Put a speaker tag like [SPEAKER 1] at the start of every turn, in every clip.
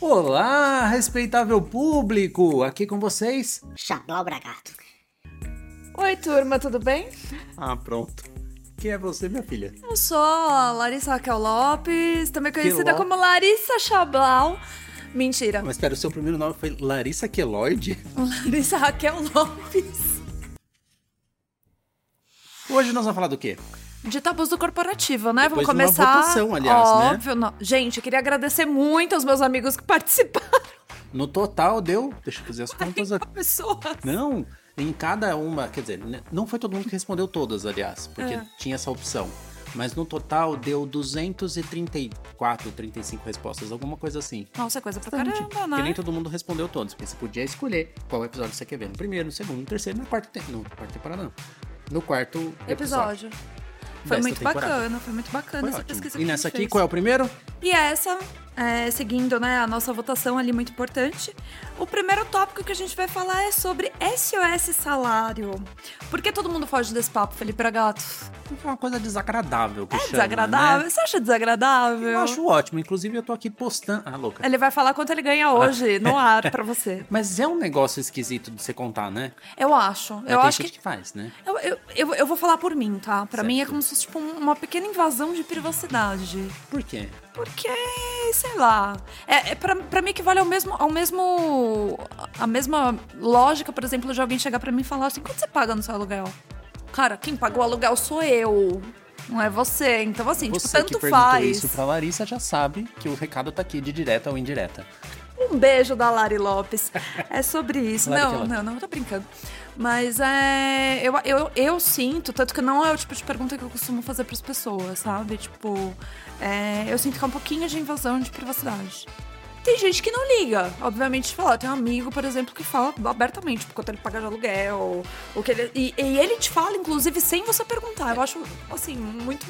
[SPEAKER 1] Olá, respeitável público! Aqui com vocês.
[SPEAKER 2] Chablau Bragato.
[SPEAKER 3] Oi, turma, tudo bem?
[SPEAKER 1] Ah, pronto. Quem é você, minha filha?
[SPEAKER 3] Eu sou a Larissa Raquel Lopes, também conhecida
[SPEAKER 1] Lo-
[SPEAKER 3] como Larissa Chablau. Mentira,
[SPEAKER 1] Ah, Mas espera, o seu primeiro nome foi Larissa Queloide?
[SPEAKER 3] Larissa Raquel Lopes.
[SPEAKER 1] Hoje nós vamos falar do quê?
[SPEAKER 3] De tabus do corporativo, né?
[SPEAKER 1] Depois
[SPEAKER 3] Vamos
[SPEAKER 1] de uma
[SPEAKER 3] começar.
[SPEAKER 1] votação, aliás, né?
[SPEAKER 3] Óbvio, não. Gente, eu queria agradecer muito aos meus amigos que participaram.
[SPEAKER 1] No total deu. Deixa eu fazer as contas aqui.
[SPEAKER 3] Pessoas.
[SPEAKER 1] Não, em cada uma. Quer dizer, né, não foi todo mundo que respondeu todas, aliás, porque
[SPEAKER 3] É.
[SPEAKER 1] tinha essa opção. Mas no total deu 234, 35 respostas, alguma coisa assim.
[SPEAKER 3] Nossa, é coisa pra
[SPEAKER 1] Bastante,
[SPEAKER 3] caramba,
[SPEAKER 1] Porque nem
[SPEAKER 3] né?
[SPEAKER 1] todo mundo respondeu todos, porque você podia escolher qual episódio você quer ver. No primeiro, no segundo, no terceiro, na quarta, te... no quarta temporada, não. No quarto episódio.
[SPEAKER 3] Episódio. Foi
[SPEAKER 1] desta
[SPEAKER 3] muito
[SPEAKER 1] temporada.
[SPEAKER 3] bacana, foi muito bacana
[SPEAKER 1] Foi
[SPEAKER 3] essa
[SPEAKER 1] ótimo.
[SPEAKER 3] pesquisa.
[SPEAKER 1] E
[SPEAKER 3] que a
[SPEAKER 1] nessa
[SPEAKER 3] gente
[SPEAKER 1] aqui,
[SPEAKER 3] fez.
[SPEAKER 1] qual é o primeiro?
[SPEAKER 3] E essa, é, seguindo né, a nossa votação ali muito importante, o primeiro tópico que a gente vai falar é sobre SOS salário. Por que todo mundo foge desse papo, Felipe Gato?
[SPEAKER 1] É uma coisa desagradável que
[SPEAKER 3] É
[SPEAKER 1] chama,
[SPEAKER 3] desagradável?
[SPEAKER 1] né?
[SPEAKER 3] Você acha desagradável?
[SPEAKER 1] Eu acho ótimo. Inclusive, eu tô aqui postando... Ah, louca.
[SPEAKER 3] Ele vai falar quanto ele ganha hoje no
[SPEAKER 1] Ah.
[SPEAKER 3] ar pra você.
[SPEAKER 1] Mas é um negócio esquisito de você contar, né?
[SPEAKER 3] Eu acho.
[SPEAKER 1] Mas
[SPEAKER 3] Eu
[SPEAKER 1] tem
[SPEAKER 3] acho
[SPEAKER 1] gente
[SPEAKER 3] que.
[SPEAKER 1] que... faz, né?
[SPEAKER 3] Eu, eu, eu, eu vou falar por mim, tá? Pra mim é
[SPEAKER 1] Certo.
[SPEAKER 3] como se fosse tipo, um- uma pequena invasão de privacidade.
[SPEAKER 1] Por quê?
[SPEAKER 3] Porque, sei lá. É, é pra, pra mim equivale ao mesmo, ao mesmo. A mesma lógica, por exemplo, de alguém chegar pra mim e falar assim: quanto você paga no seu aluguel? Cara, quem pagou o aluguel sou eu. Não é você. Então, assim,
[SPEAKER 1] você
[SPEAKER 3] tipo,
[SPEAKER 1] que
[SPEAKER 3] tanto
[SPEAKER 1] perguntou
[SPEAKER 3] faz.
[SPEAKER 1] isso pra Larissa já sabe que o recado tá aqui de direta ou indireta.
[SPEAKER 3] Um beijo da Lari Lopes. É sobre isso.
[SPEAKER 1] Lari que
[SPEAKER 3] não,
[SPEAKER 1] ela-
[SPEAKER 3] não, não, eu tô brincando. Mas é. Eu, eu, eu sinto, tanto que não é o tipo de pergunta que eu costumo fazer pras pessoas, sabe? Tipo, é, eu sinto que é um pouquinho de invasão de privacidade. Tem gente que não liga, obviamente, falar. Tem um amigo, por exemplo, que fala abertamente, tipo, quanto ele paga de aluguel, o que ele. E, e ele te fala, inclusive, sem você perguntar. Eu acho, assim, muito.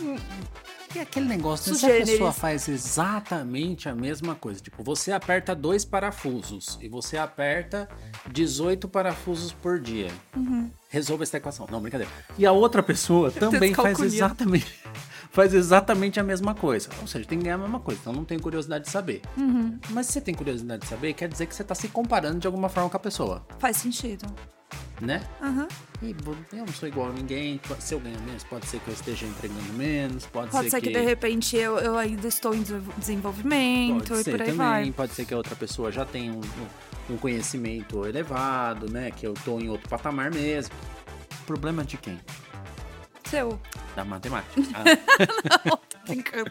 [SPEAKER 1] E aquele negócio, de se a
[SPEAKER 3] Sugêneres.
[SPEAKER 1] pessoa faz exatamente a mesma coisa, tipo, você aperta dois parafusos e você aperta 18 parafusos por dia.
[SPEAKER 3] Uhum.
[SPEAKER 1] Resolva essa equação. Não, brincadeira. E a outra pessoa também faz
[SPEAKER 3] descalculia.
[SPEAKER 1] exatamente, faz exatamente a mesma coisa. Ou seja, tem que ganhar a mesma coisa, então não tem curiosidade de saber.
[SPEAKER 3] Uhum.
[SPEAKER 1] Mas se você tem curiosidade de saber, quer dizer que você tá se comparando de alguma forma com a pessoa,
[SPEAKER 3] Faz sentido.
[SPEAKER 1] né?
[SPEAKER 3] Aham.
[SPEAKER 1] E bo- eu não sou igual a ninguém, se eu ganho menos, pode ser que eu esteja entregando menos, pode,
[SPEAKER 3] Pode ser que, de repente eu, eu ainda estou em desenvol- desenvolvimento
[SPEAKER 1] Pode
[SPEAKER 3] e
[SPEAKER 1] ser
[SPEAKER 3] por aí
[SPEAKER 1] também,
[SPEAKER 3] vai.
[SPEAKER 1] pode ser que a outra pessoa já tenha um, um conhecimento elevado, né? Que eu tô em outro patamar mesmo. Problema de quem?
[SPEAKER 3] Seu.
[SPEAKER 1] Da matemática. Ah,
[SPEAKER 3] brincando.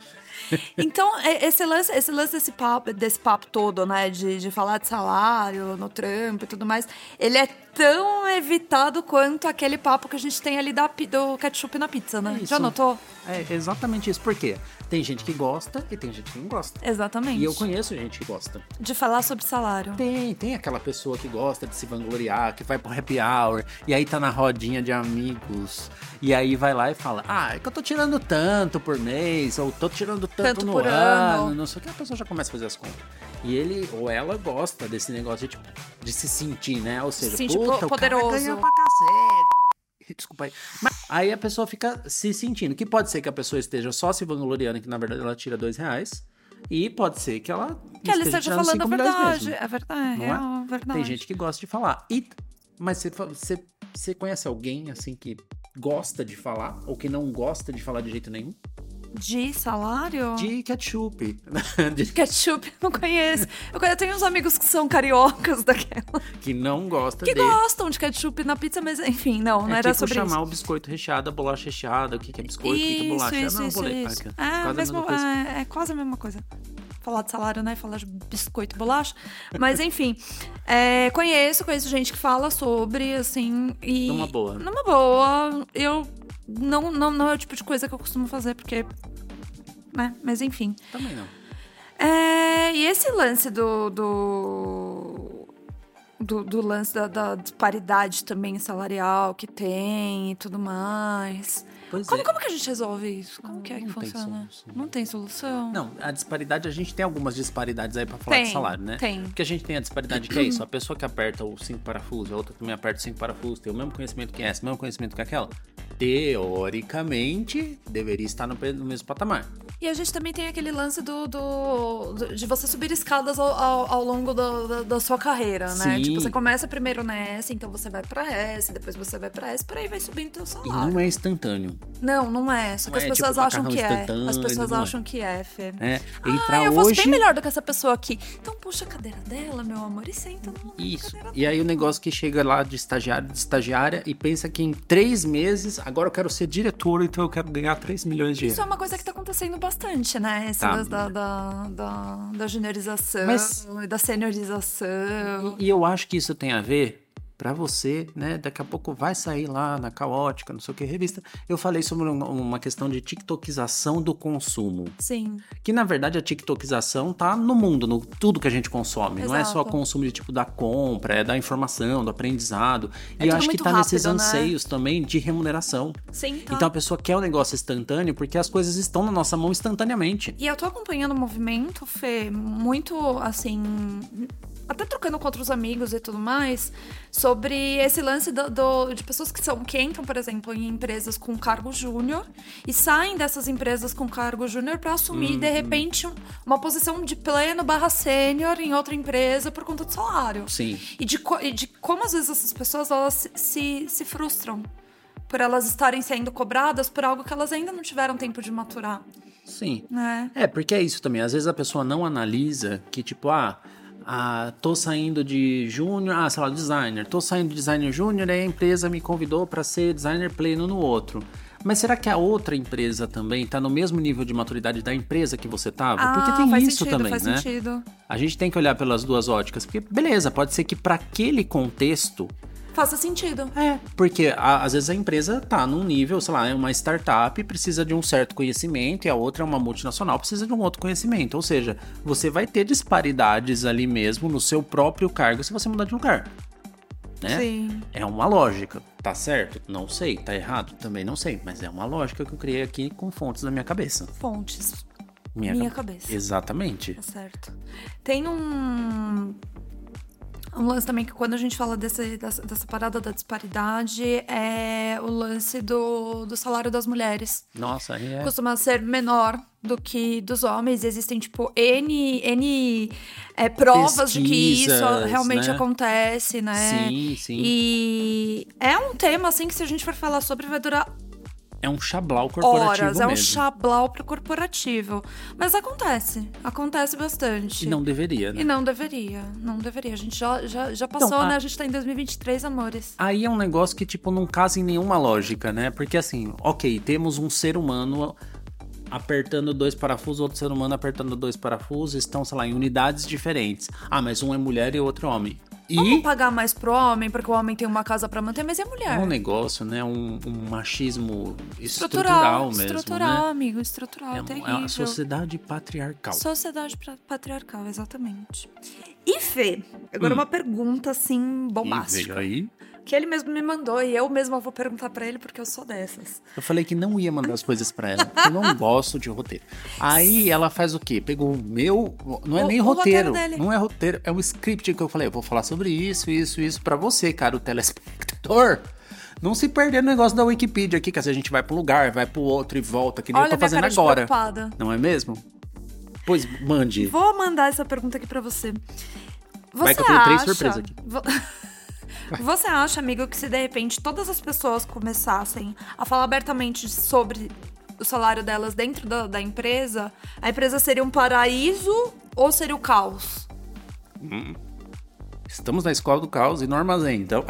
[SPEAKER 3] Então, é- esse lance, esse lance desse, papo, desse papo todo, né? De, de falar de salário no trampo e tudo mais, ele é tão evitado quanto aquele papo que a gente tem ali da, pi- do ketchup na pizza, né?
[SPEAKER 1] É
[SPEAKER 3] Já
[SPEAKER 1] isso.
[SPEAKER 3] notou?
[SPEAKER 1] é exatamente isso. Por quê? Tem gente que gosta e tem gente que não gosta.
[SPEAKER 3] Exatamente.
[SPEAKER 1] E eu conheço gente que gosta.
[SPEAKER 3] De falar sobre salário.
[SPEAKER 1] Tem, tem aquela pessoa que gosta de se vangloriar, que vai pro happy hour, e aí tá na rodinha de amigos, e aí vai lá e fala, ah, é que eu tô tirando tanto por mês, ou tô tirando tanto,
[SPEAKER 3] Tanto
[SPEAKER 1] no
[SPEAKER 3] por
[SPEAKER 1] ano,
[SPEAKER 3] ano.
[SPEAKER 1] não sei o que, a pessoa já começa a fazer as contas. E ele ou ela gosta desse negócio de, tipo, de se sentir, né? Ou seja,
[SPEAKER 3] Se sentir
[SPEAKER 1] puta,
[SPEAKER 3] po-
[SPEAKER 1] o cara
[SPEAKER 3] poderoso."
[SPEAKER 1] ganha pra cacete. Desculpa aí. Mas aí a pessoa fica se sentindo, que pode ser que a pessoa esteja só se vangloriando, que na verdade ela tira dois reais, e pode ser que ela
[SPEAKER 3] Que ela
[SPEAKER 1] esteja
[SPEAKER 3] esteja
[SPEAKER 1] tirando
[SPEAKER 3] falando a
[SPEAKER 1] cinco milhões
[SPEAKER 3] verdade.
[SPEAKER 1] mesmo.
[SPEAKER 3] É verdade,
[SPEAKER 1] Não
[SPEAKER 3] é
[SPEAKER 1] é?
[SPEAKER 3] real, é verdade.
[SPEAKER 1] Tem gente que gosta de falar. E, mas você, fa- você, você conhece alguém assim que gosta de falar ou que não gosta de falar de jeito nenhum?
[SPEAKER 3] De salário?
[SPEAKER 1] De ketchup. né? De-
[SPEAKER 3] Ketchup, não conheço. Eu conhe- eu tenho uns amigos que são cariocas daquela.
[SPEAKER 1] que não gosta
[SPEAKER 3] Que
[SPEAKER 1] de.
[SPEAKER 3] gostam de ketchup na pizza, mas enfim, não, não
[SPEAKER 1] é
[SPEAKER 3] era
[SPEAKER 1] tipo
[SPEAKER 3] sobre
[SPEAKER 1] chamar
[SPEAKER 3] isso.
[SPEAKER 1] o biscoito recheado, a bolacha recheada, o que, que é biscoito, o que, que é
[SPEAKER 3] Isso,
[SPEAKER 1] bolacha.
[SPEAKER 3] isso,
[SPEAKER 1] não,
[SPEAKER 3] isso,
[SPEAKER 1] boleta,
[SPEAKER 3] isso.
[SPEAKER 1] cara.
[SPEAKER 3] É,
[SPEAKER 1] Quase a
[SPEAKER 3] mesmo-
[SPEAKER 1] mesma coisa.
[SPEAKER 3] é- é quase a mesma coisa. Falar de salário, né? Falar de biscoito e bolacha. Mas enfim, é, conheço, conheço gente que fala sobre, assim. E,
[SPEAKER 1] Numa boa.
[SPEAKER 3] Numa boa. Eu. Não, não, não é o tipo de coisa que eu costumo fazer, porque. Né? Mas enfim.
[SPEAKER 1] Também não.
[SPEAKER 3] É, e esse lance do. do... Do, do lance da, da disparidade também salarial que tem e tudo mais.
[SPEAKER 1] Pois
[SPEAKER 3] Como,
[SPEAKER 1] é.
[SPEAKER 3] como que a gente resolve isso? Como que é que
[SPEAKER 1] Não tem
[SPEAKER 3] funciona?
[SPEAKER 1] solução.
[SPEAKER 3] Não tem solução?
[SPEAKER 1] Não, a disparidade, a gente tem algumas disparidades aí pra falar
[SPEAKER 3] Tem,
[SPEAKER 1] de salário, né?
[SPEAKER 3] tem.
[SPEAKER 1] Porque a gente tem a disparidade que é isso, a pessoa que aperta os cinco parafusos, a outra também aperta os cinco parafusos, tem o mesmo conhecimento que essa, o mesmo conhecimento que aquela. teoricamente, deveria estar no, pe- no mesmo patamar.
[SPEAKER 3] E a gente também tem aquele lance do, do- do- de você subir escadas ao, ao- ao longo do- da- da sua carreira, né?
[SPEAKER 1] Sim.
[SPEAKER 3] Tipo, você começa primeiro nessa, então você vai pra essa, depois você vai pra essa, por aí vai subindo teu
[SPEAKER 1] E
[SPEAKER 3] salário.
[SPEAKER 1] não é instantâneo.
[SPEAKER 3] Não... não, é. Só que
[SPEAKER 1] Não
[SPEAKER 3] as
[SPEAKER 1] é,
[SPEAKER 3] pessoas
[SPEAKER 1] tipo,
[SPEAKER 3] acham
[SPEAKER 1] macarrão
[SPEAKER 3] que é. As
[SPEAKER 1] instantâneo,
[SPEAKER 3] pessoas
[SPEAKER 1] não é.
[SPEAKER 3] acham que é, Fê.
[SPEAKER 1] É,
[SPEAKER 3] ah,
[SPEAKER 1] entrar
[SPEAKER 3] eu vou ser
[SPEAKER 1] hoje.
[SPEAKER 3] bem melhor do que essa pessoa aqui. Então puxa a cadeira dela, meu amor, e senta no
[SPEAKER 1] Isso.
[SPEAKER 3] cadeira
[SPEAKER 1] E aí o negócio que chega lá de estagiário, de estagiária, e pensa que em três meses, agora eu quero ser diretor, então eu quero ganhar 3 milhões de
[SPEAKER 3] Isso é
[SPEAKER 1] reais.
[SPEAKER 3] uma coisa que tá acontecendo bastante, né? Esse
[SPEAKER 1] Tá.
[SPEAKER 3] das- da, da, da, da juniorização
[SPEAKER 1] Mas- Então,
[SPEAKER 3] e da seniorização.
[SPEAKER 1] E eu acho que isso tem a ver pra você, né? Daqui a pouco vai sair lá na Caótica, não sei o que, revista. Eu falei sobre um- uma questão de tiktokização do consumo.
[SPEAKER 3] Sim.
[SPEAKER 1] Que na verdade a tiktokização tá no mundo, no tudo que a gente consome. Não é só
[SPEAKER 3] Exato.
[SPEAKER 1] consumo de tipo da compra, é da informação, do aprendizado.
[SPEAKER 3] É
[SPEAKER 1] e eu
[SPEAKER 3] tudo
[SPEAKER 1] acho que
[SPEAKER 3] muito
[SPEAKER 1] tá nesses
[SPEAKER 3] rápido, né?
[SPEAKER 1] anseios também de remuneração.
[SPEAKER 3] Sim, tá.
[SPEAKER 1] Então a pessoa quer o negócio instantâneo porque as coisas estão na nossa mão instantaneamente.
[SPEAKER 3] E eu tô acompanhando o movimento, Fê, muito assim. Até trocando com outros amigos e tudo mais, sobre esse lance do, do- de pessoas que são que entram, por exemplo, em empresas com cargo júnior e saem dessas empresas com cargo júnior pra assumir, de repente, um- uma posição de pleno barra sênior em outra empresa por conta do salário.
[SPEAKER 1] Sim.
[SPEAKER 3] E de, co- e de como às vezes essas pessoas elas se, se, se frustram por elas estarem sendo cobradas por algo que elas ainda não tiveram tempo de maturar,
[SPEAKER 1] Sim.
[SPEAKER 3] né?
[SPEAKER 1] É, porque é isso também. Às vezes a pessoa não analisa que, tipo, ah, ah tô saindo de júnior, ah, sei lá, designer. Tô saindo de designer júnior e a empresa me convidou pra ser designer pleno no outro. Mas será que a outra empresa também tá no mesmo nível de maturidade da empresa que você tava? Ah, porque tem
[SPEAKER 3] Ah, faz
[SPEAKER 1] isso
[SPEAKER 3] sentido,
[SPEAKER 1] também,
[SPEAKER 3] faz
[SPEAKER 1] né?
[SPEAKER 3] sentido.
[SPEAKER 1] A gente tem que olhar pelas duas óticas, porque beleza, pode ser que pra aquele contexto
[SPEAKER 3] Faça sentido.
[SPEAKER 1] É, porque a- às vezes a empresa tá num nível, sei lá, é uma startup, precisa de um certo conhecimento, e a outra é uma multinacional, precisa de um outro conhecimento. Ou seja, você vai ter disparidades ali mesmo no seu próprio cargo se você mudar de lugar. Né?
[SPEAKER 3] Sim.
[SPEAKER 1] É uma lógica. Tá certo? Não sei. Tá errado? Também não sei. Mas é uma lógica que eu criei aqui com fontes da minha cabeça.
[SPEAKER 3] Fontes.
[SPEAKER 1] Minha,
[SPEAKER 3] Minha
[SPEAKER 1] cabe-
[SPEAKER 3] cabeça.
[SPEAKER 1] Exatamente.
[SPEAKER 3] Tá certo. Tem um. Um lance também que quando a gente fala desse, dessa, dessa parada da disparidade é o lance do, do salário das mulheres.
[SPEAKER 1] Nossa, aí é.
[SPEAKER 3] costuma ser menor do que dos homens. Existem, tipo, N, N é, provas de que isso
[SPEAKER 1] Pesquisas,
[SPEAKER 3] realmente
[SPEAKER 1] né?
[SPEAKER 3] acontece, né?
[SPEAKER 1] Sim, sim.
[SPEAKER 3] E é um tema, assim, que se a gente for falar sobre, vai durar
[SPEAKER 1] É um chablau corporativo
[SPEAKER 3] horas. É um
[SPEAKER 1] mesmo.
[SPEAKER 3] chablau pro corporativo. Mas acontece. Acontece bastante.
[SPEAKER 1] E não deveria, né? Então,
[SPEAKER 3] E não deveria. Não deveria. A gente já, já, já passou,
[SPEAKER 1] a-
[SPEAKER 3] né? A gente tá em 2023, amores.
[SPEAKER 1] Aí é um negócio que, tipo, não casa em nenhuma lógica, né? Porque assim, ok, temos um ser humano apertando dois parafusos, outro ser humano apertando dois parafusos, estão, sei lá, em unidades diferentes. Ah, mas um é mulher e o outro é homem.
[SPEAKER 3] Vamos
[SPEAKER 1] E
[SPEAKER 3] pagar mais pro homem, porque o homem tem uma casa pra manter, mas e a mulher?
[SPEAKER 1] é um negócio, né? Um, um machismo estrutural,
[SPEAKER 3] Estrutural,
[SPEAKER 1] mesmo,
[SPEAKER 3] estrutural,
[SPEAKER 1] né?
[SPEAKER 3] amigo, estrutural,
[SPEAKER 1] É, um- é
[SPEAKER 3] terrível.
[SPEAKER 1] uma sociedade patriarcal.
[SPEAKER 3] Sociedade pra- patriarcal, exatamente. E Fê,
[SPEAKER 1] Hum.
[SPEAKER 3] agora uma pergunta assim
[SPEAKER 1] E
[SPEAKER 3] bombástica.
[SPEAKER 1] veio aí.
[SPEAKER 3] Que ele mesmo me mandou e eu mesma vou perguntar pra ele porque eu sou dessas.
[SPEAKER 1] Eu falei que não ia mandar as coisas pra ela. porque Eu não gosto de roteiro. Aí ela faz o quê? Pegou o meu. Não é
[SPEAKER 3] O-
[SPEAKER 1] nem
[SPEAKER 3] o roteiro
[SPEAKER 1] roteiro.
[SPEAKER 3] dele.
[SPEAKER 1] não é roteiro. É um script que eu falei. Eu vou falar sobre isso, isso, isso pra você, cara, o telespectador. Não se perder no negócio da Wikipedia aqui, que às vezes a gente vai pra um lugar, vai pro outro e volta, que nem
[SPEAKER 3] Olha
[SPEAKER 1] eu tô
[SPEAKER 3] a minha
[SPEAKER 1] fazendo
[SPEAKER 3] cara de
[SPEAKER 1] agora.
[SPEAKER 3] preocupada.
[SPEAKER 1] Não é mesmo? Pois mande.
[SPEAKER 3] Vou mandar essa pergunta aqui pra você. Você
[SPEAKER 1] Vai que eu tenho três
[SPEAKER 3] acha-
[SPEAKER 1] surpresas aqui.
[SPEAKER 3] Vo- Você acha, amigo, que se de repente todas as pessoas começassem a falar abertamente sobre o salário delas dentro da, da empresa, a empresa seria um paraíso ou seria o caos?
[SPEAKER 1] Estamos na escola do caos e no armazém. Então,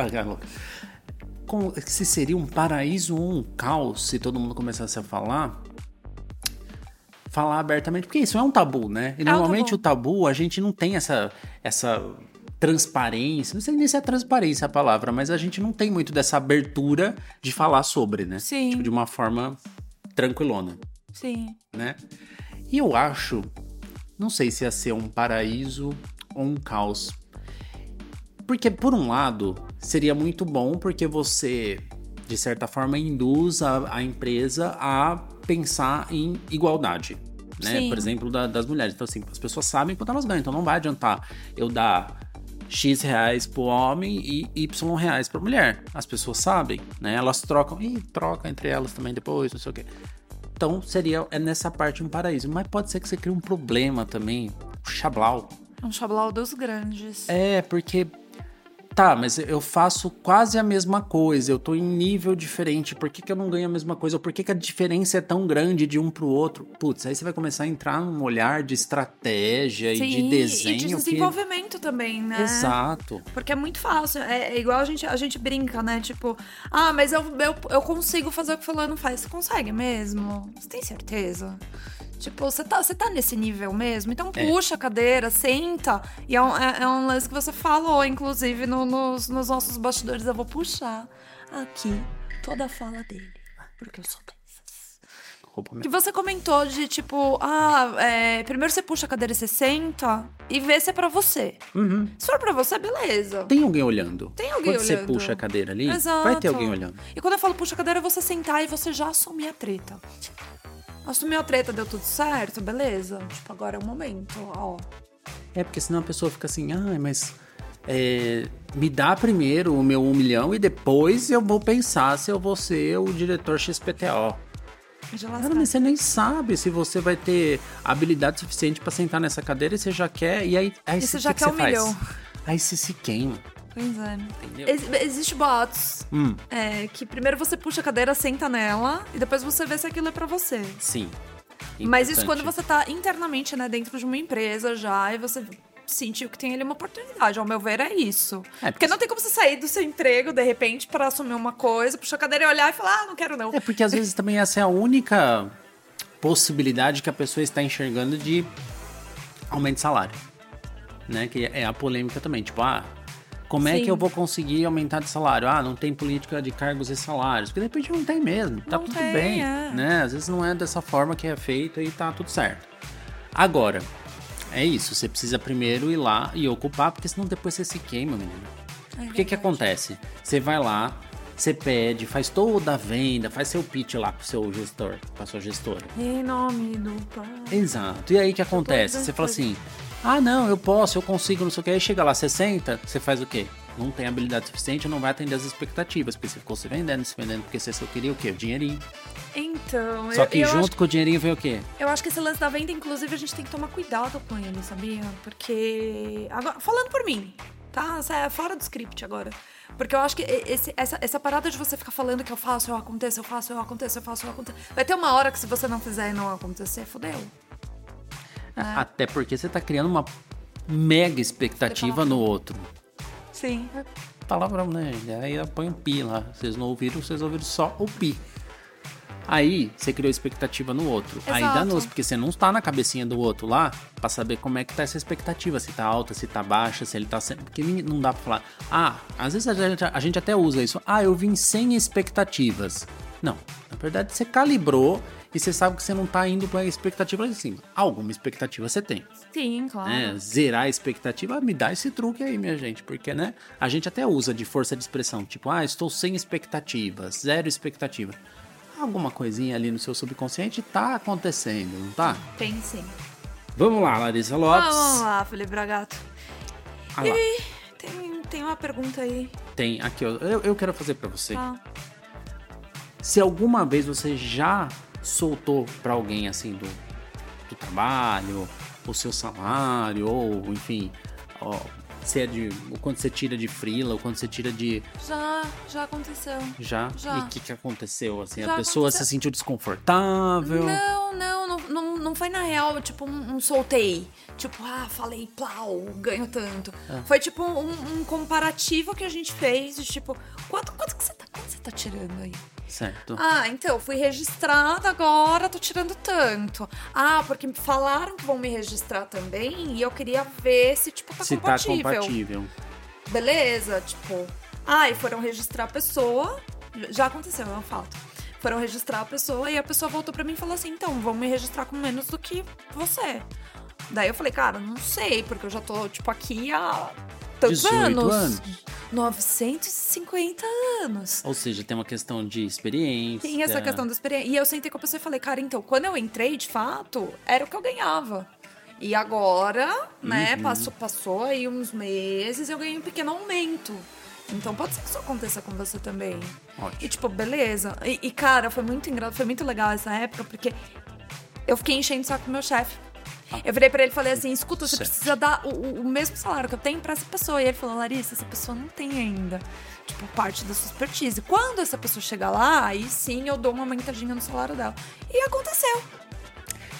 [SPEAKER 1] Como- se seria um paraíso ou um caos se todo mundo começasse a falar? Falar abertamente, porque isso é um tabu, né? E
[SPEAKER 3] um
[SPEAKER 1] normalmente
[SPEAKER 3] tabu.
[SPEAKER 1] o tabu a gente não tem essa, essa transparência, não sei nem se é transparência a palavra, mas a gente não tem muito dessa abertura de falar sobre, né?
[SPEAKER 3] Sim.
[SPEAKER 1] Tipo, de uma forma tranquilona
[SPEAKER 3] Sim.
[SPEAKER 1] né? E eu acho, não sei se ia ser um paraíso ou um caos. Porque, por um lado, seria muito bom porque você, de certa forma, induz a, a empresa a pensar em igualdade. Né?
[SPEAKER 3] Sim.
[SPEAKER 1] Por exemplo, da- das mulheres. Então, assim, as pessoas sabem quanto elas ganham. Então, não vai adiantar eu dar X reais pro homem e Y reais pra mulher. As pessoas sabem, né? Elas trocam. e troca entre elas também depois, não sei o quê. Então seria é nessa parte um paraíso. Mas pode ser que você crie um problema também. Um xablau.
[SPEAKER 3] Um chablau dos grandes.
[SPEAKER 1] É, porque. Tá, mas eu faço quase a mesma coisa, eu tô em nível diferente, por que, que eu não ganho a mesma coisa? Ou por que, que a diferença é tão grande de um pro outro? Putz, aí você vai começar a entrar num olhar de estratégia e de desenho.
[SPEAKER 3] e de
[SPEAKER 1] que-
[SPEAKER 3] desenvolvimento também, né?
[SPEAKER 1] Exato.
[SPEAKER 3] Porque é muito fácil. É, é igual a gente, a gente brinca, né? Tipo, ah, mas eu, eu, eu consigo fazer o que fulano faz. Você consegue mesmo? Você tem certeza? Tipo, você tá, você tá nesse nível mesmo? Então
[SPEAKER 1] É.
[SPEAKER 3] puxa a cadeira, senta. E é um, é, é um lance que você falou, inclusive, no- nos, nos nossos bastidores. Eu vou puxar aqui toda a fala dele. Porque eu sou dessas.
[SPEAKER 1] Roupa
[SPEAKER 3] Que você comentou de tipo, ah, é, primeiro você puxa a cadeira e você senta e vê se é pra você.
[SPEAKER 1] Uhum.
[SPEAKER 3] Se for pra você, beleza.
[SPEAKER 1] Tem alguém olhando.
[SPEAKER 3] Tem alguém
[SPEAKER 1] Quando
[SPEAKER 3] olhando.
[SPEAKER 1] você puxa a cadeira ali,
[SPEAKER 3] Exato.
[SPEAKER 1] vai ter alguém olhando.
[SPEAKER 3] E quando eu falo puxa a cadeira, é você sentar e você já assumir a treta. Assumiu a treta, deu tudo certo, beleza? Tipo, agora é o momento, ó.
[SPEAKER 1] É porque senão a pessoa fica assim, ah, mas é, me dá primeiro o meu um milhão e depois eu vou pensar se eu vou ser o diretor XPTO.
[SPEAKER 3] Já
[SPEAKER 1] Cara, mas você nem sabe se você vai ter habilidade suficiente pra sentar nessa cadeira e você já quer. E aí, aí
[SPEAKER 3] E você
[SPEAKER 1] o
[SPEAKER 3] já
[SPEAKER 1] que
[SPEAKER 3] quer
[SPEAKER 1] que
[SPEAKER 3] um
[SPEAKER 1] você faz?
[SPEAKER 3] milhão.
[SPEAKER 1] Aí você se queima,
[SPEAKER 3] Pois é.
[SPEAKER 1] entendeu?
[SPEAKER 3] Ex existe boatos
[SPEAKER 1] Hum,
[SPEAKER 3] é, que primeiro você puxa a cadeira, senta nela e depois você vê se aquilo é pra você.
[SPEAKER 1] sim.
[SPEAKER 3] Mas isso
[SPEAKER 1] Importante.
[SPEAKER 3] quando você tá internamente, né, dentro de uma empresa já, e você sentiu que tem ali uma oportunidade. Ao meu ver, é isso.
[SPEAKER 1] É,
[SPEAKER 3] Porque não tem como você sair do seu emprego, de repente, pra assumir uma coisa, puxar a cadeira e olhar e falar, ah, não quero não.
[SPEAKER 1] É porque às vezes também essa é a única possibilidade que a pessoa está enxergando de aumento de salário. Né? Que é a polêmica também. Tipo, ah, como é
[SPEAKER 3] Sim.
[SPEAKER 1] que eu vou conseguir aumentar de salário? Ah, não tem política de cargos e salários. Porque de repente não tem mesmo. Tá
[SPEAKER 3] Não
[SPEAKER 1] tudo
[SPEAKER 3] tem,
[SPEAKER 1] bem.
[SPEAKER 3] é.
[SPEAKER 1] Né? Às vezes não é dessa forma que é feito e tá tudo certo. Agora, é isso. Você precisa primeiro ir lá e ocupar, porque senão depois você se queima, menino.
[SPEAKER 3] É
[SPEAKER 1] O que que acontece? Você vai lá, você pede, faz toda a venda, faz seu pitch lá pro seu gestor, pra sua gestora.
[SPEAKER 3] Em nome do pai.
[SPEAKER 1] Exato. E aí que acontece? Você fala assim: "Ah, não, eu posso, eu consigo, não sei o quê". Aí chega lá 60, você faz o quê? Não tem habilidade suficiente, não vai atender as expectativas, porque você ficou se vendendo, se vendendo, porque você só queria o quê? O dinheirinho.
[SPEAKER 3] Então,
[SPEAKER 1] Só
[SPEAKER 3] eu,
[SPEAKER 1] que
[SPEAKER 3] eu,
[SPEAKER 1] junto
[SPEAKER 3] acho,
[SPEAKER 1] com o dinheirinho veio o quê?
[SPEAKER 3] eu acho que esse lance da venda, inclusive, a gente tem que tomar cuidado com ele, sabia? Porque. Agora, falando por mim, tá? Sa- Fora do script agora. Porque eu acho que e- esse- essa, essa parada de você ficar falando que eu faço, eu aconteço, eu faço, eu aconteço, eu faço, eu aconteço. Vai ter uma hora que se você não fizer e não acontecer, fodeu. Ah.
[SPEAKER 1] Até porque você tá criando uma mega
[SPEAKER 3] tá
[SPEAKER 1] expectativa no outro.
[SPEAKER 3] Sim.
[SPEAKER 1] palavrão, né? gente? Aí ela põe um pi lá. Vocês não ouviram, vocês ouviram só o pi. Aí você criou expectativa no outro. Aí
[SPEAKER 3] Exato.
[SPEAKER 1] dá danou porque você não tá na cabecinha do outro lá pra saber como é que tá essa expectativa. Se tá alta, se tá baixa, se ele tá sendo. Porque ninguém- não dá pra falar. Ah, às vezes a gente, a gente até usa isso. Ah, eu vim sem expectativas. Não. Na verdade, você calibrou e você sabe que você não tá indo com a expectativa lá em cima. Alguma expectativa você tem
[SPEAKER 3] Sim, claro.
[SPEAKER 1] né, zerar a expectativa, ah, me dá esse truque aí, minha gente, porque, né, a gente até usa de força de expressão, tipo, ah, estou sem expectativas, zero expectativa. Alguma coisinha ali no seu subconsciente tá acontecendo, não tá?
[SPEAKER 3] Tem sim.
[SPEAKER 1] Vamos lá, Larissa Lopes.
[SPEAKER 3] Vamos lá, Felipe Bragato.
[SPEAKER 1] Ah lá,
[SPEAKER 3] E tem, tem uma pergunta aí.
[SPEAKER 1] tem aqui, ó, eu, eu quero fazer pra você.
[SPEAKER 3] Tá?
[SPEAKER 1] Se alguma vez você já soltou pra alguém assim do, do trabalho, o seu salário, ou enfim, ó, se é de, o quanto você tira de frila, o quanto você tira de
[SPEAKER 3] Já, já aconteceu.
[SPEAKER 1] Já?
[SPEAKER 3] Já.
[SPEAKER 1] E o que, que aconteceu? Assim,
[SPEAKER 3] Já
[SPEAKER 1] a pessoa
[SPEAKER 3] aconteceu.
[SPEAKER 1] se sentiu desconfortável.
[SPEAKER 3] Não, não, não, não, não foi na real, tipo, um, um soltei. Tipo, ah, falei, plau, ganho tanto. Foi tipo um, um comparativo que a gente fez de tipo, quanto, quanto que você tá, quanto você tá tirando aí?
[SPEAKER 1] Certo.
[SPEAKER 3] Ah, então, fui registrada agora, tô tirando tanto. Ah, porque falaram que vão me registrar também e eu queria ver se, tipo, tá
[SPEAKER 1] se
[SPEAKER 3] compatível.
[SPEAKER 1] tá compatível.
[SPEAKER 3] Beleza, tipo. Ai, foram registrar a pessoa. Já aconteceu, é um fato. Foram registrar a pessoa e a pessoa voltou pra mim e falou assim: então, vão me registrar com menos do que você. Daí eu falei, cara, não sei, porque eu já tô, tipo, aqui há tantos
[SPEAKER 1] 18
[SPEAKER 3] anos.
[SPEAKER 1] anos.
[SPEAKER 3] 950 anos.
[SPEAKER 1] Ou seja, tem uma questão de experiência.
[SPEAKER 3] Tem essa questão da experiência. E eu sentei com a pessoa e falei, cara, então, quando eu entrei, de fato, era o que eu ganhava. E agora, né, passou, passou aí uns meses, eu ganhei um pequeno aumento. Então pode ser que isso aconteça com você também.
[SPEAKER 1] Ótimo.
[SPEAKER 3] E tipo, beleza. E, e, cara, foi muito engraçado, foi muito legal essa época, porque eu fiquei enchendo o saco do meu chefe. Eu virei pra ele e falei assim: escuta, você
[SPEAKER 1] Ah. Certo.
[SPEAKER 3] precisa dar o- o, o mesmo salário que eu tenho pra essa pessoa. E ele falou: Larissa, essa pessoa não tem ainda, tipo, parte da sua expertise. Quando essa pessoa chegar lá, aí sim eu dou uma aumentadinha no salário dela. E aconteceu.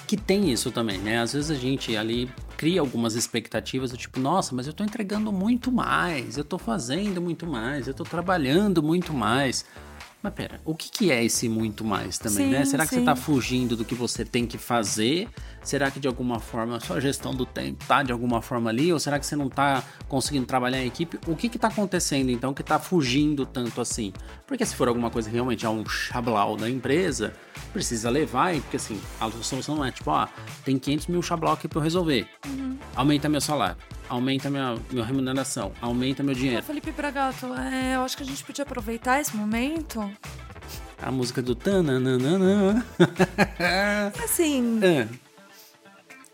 [SPEAKER 1] Que tem isso também, né? Às vezes a gente ali cria algumas expectativas do tipo, nossa, mas eu tô entregando muito mais, eu tô fazendo muito mais, eu tô trabalhando muito mais. Mas pera, o que, que é esse muito mais também,
[SPEAKER 3] Sim,
[SPEAKER 1] né? Será que você
[SPEAKER 3] sim.
[SPEAKER 1] tá fugindo do que você tem que fazer? Será que de alguma forma a sua gestão do tempo tá de alguma forma ali? Ou será que você não tá conseguindo trabalhar em equipe? O que que tá acontecendo então que tá fugindo tanto assim? Porque se for alguma coisa que realmente é um chablau da empresa, precisa levar, e- porque assim, a solução não é tipo, ó, tem 500 mil chablau aqui pra eu resolver. Aumenta meu salário, aumenta minha, minha remuneração, aumenta meu
[SPEAKER 3] Ô,
[SPEAKER 1] dinheiro.
[SPEAKER 3] Felipe Bragato, é, eu acho que a gente podia aproveitar esse momento.
[SPEAKER 1] A música do tananana.
[SPEAKER 3] Assim,
[SPEAKER 1] Ah.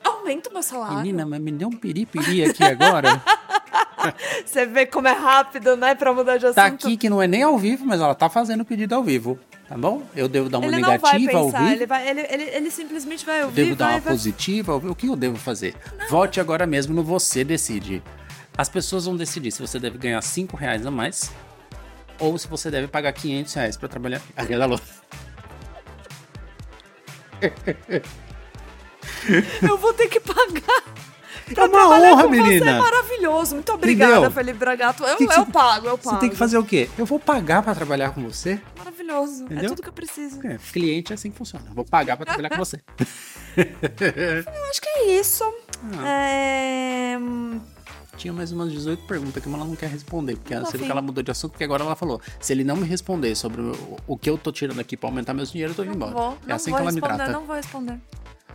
[SPEAKER 3] aumenta o meu salário.
[SPEAKER 1] Menina, mas me deu um piripiri aqui agora.
[SPEAKER 3] Você vê como é rápido, né, pra mudar de assunto.
[SPEAKER 1] tá aqui que não é nem ao vivo, mas ela tá fazendo o pedido ao vivo, tá bom? Eu devo dar uma
[SPEAKER 3] Ele não vai
[SPEAKER 1] negativa ao
[SPEAKER 3] pensar,
[SPEAKER 1] vivo?
[SPEAKER 3] ele, vai, ele, ele, ele simplesmente vai
[SPEAKER 1] Eu
[SPEAKER 3] ouvir,
[SPEAKER 1] devo dar
[SPEAKER 3] vai,
[SPEAKER 1] uma
[SPEAKER 3] vai...
[SPEAKER 1] positiva ao vivo? O que eu devo fazer? Vote agora mesmo no Você Decide. As pessoas vão decidir se você deve ganhar 5 reais a mais ou se você deve pagar 500 reais pra trabalhar. Aquela louca.
[SPEAKER 3] Eu vou ter que pagar.
[SPEAKER 1] É
[SPEAKER 3] Pra
[SPEAKER 1] uma
[SPEAKER 3] trabalhar
[SPEAKER 1] honra,
[SPEAKER 3] com Você é
[SPEAKER 1] menina.
[SPEAKER 3] maravilhoso. Muito obrigada,
[SPEAKER 1] Entendeu?
[SPEAKER 3] Felipe Bragato. Eu,
[SPEAKER 1] Que que
[SPEAKER 3] eu
[SPEAKER 1] você-
[SPEAKER 3] pago, eu pago.
[SPEAKER 1] Você tem que fazer o quê? Eu vou pagar pra trabalhar com você?
[SPEAKER 3] Maravilhoso. É
[SPEAKER 1] Entendeu?
[SPEAKER 3] tudo que eu preciso.
[SPEAKER 1] É, cliente é assim que funciona. Eu vou pagar pra trabalhar com você.
[SPEAKER 3] Eu acho que é isso.
[SPEAKER 1] Ah.
[SPEAKER 3] É, hum,
[SPEAKER 1] Tinha mais umas 18 perguntas que ela não quer responder, porque
[SPEAKER 3] Não
[SPEAKER 1] você
[SPEAKER 3] tá
[SPEAKER 1] viu
[SPEAKER 3] afim.
[SPEAKER 1] que ela mudou de assunto, porque agora ela falou: se ele não me responder sobre o, o que eu tô tirando aqui pra aumentar meus dinheiros, eu tô indo
[SPEAKER 3] Não
[SPEAKER 1] embora.
[SPEAKER 3] vou, não
[SPEAKER 1] é assim
[SPEAKER 3] vou
[SPEAKER 1] que ela me
[SPEAKER 3] responder,
[SPEAKER 1] trata.
[SPEAKER 3] não vou responder.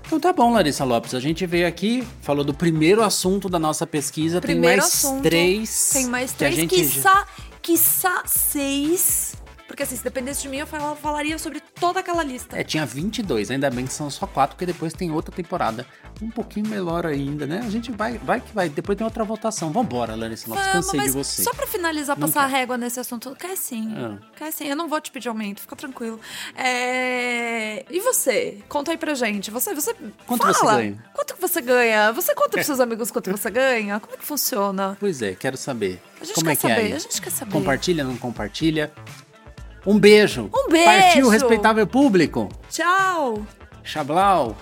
[SPEAKER 1] Então tá bom, Larissa Lopes. A gente veio aqui, falou do primeiro assunto da nossa pesquisa. tem
[SPEAKER 3] Primeiro
[SPEAKER 1] mais
[SPEAKER 3] assunto,
[SPEAKER 1] três.
[SPEAKER 3] Tem mais
[SPEAKER 1] que
[SPEAKER 3] três,
[SPEAKER 1] a gente
[SPEAKER 3] quiçá, quiçá seis. Porque assim, se dependesse de mim, eu fal- falaria sobre toda aquela lista.
[SPEAKER 1] É, tinha 22, ainda bem que são só quatro, porque depois tem outra temporada. Um pouquinho melhor ainda, né? A gente vai, vai que vai. Depois tem outra votação. Vambora, Larissa Lopes.
[SPEAKER 3] Vamos,
[SPEAKER 1] Cansei de
[SPEAKER 3] mas
[SPEAKER 1] você.
[SPEAKER 3] Só pra finalizar,
[SPEAKER 1] Não
[SPEAKER 3] passar a
[SPEAKER 1] quero.
[SPEAKER 3] régua nesse assunto, cai sim.
[SPEAKER 1] Ah.
[SPEAKER 3] Cai sim. Eu não vou te pedir aumento, fica tranquilo. É, E você? Conta aí pra gente. Você, você
[SPEAKER 1] Quanto
[SPEAKER 3] fala.
[SPEAKER 1] você ganha?
[SPEAKER 3] Quanto que você ganha? Você conta pros seus amigos quanto você ganha? Como é que funciona?
[SPEAKER 1] Pois é, quero saber.
[SPEAKER 3] A gente
[SPEAKER 1] Como
[SPEAKER 3] quer
[SPEAKER 1] é que
[SPEAKER 3] saber,
[SPEAKER 1] é aí?
[SPEAKER 3] a gente quer saber.
[SPEAKER 1] Compartilha, não compartilha. Um beijo.
[SPEAKER 3] Um beijo.
[SPEAKER 1] Partiu, respeitável público.
[SPEAKER 3] Tchau!
[SPEAKER 1] Xablau.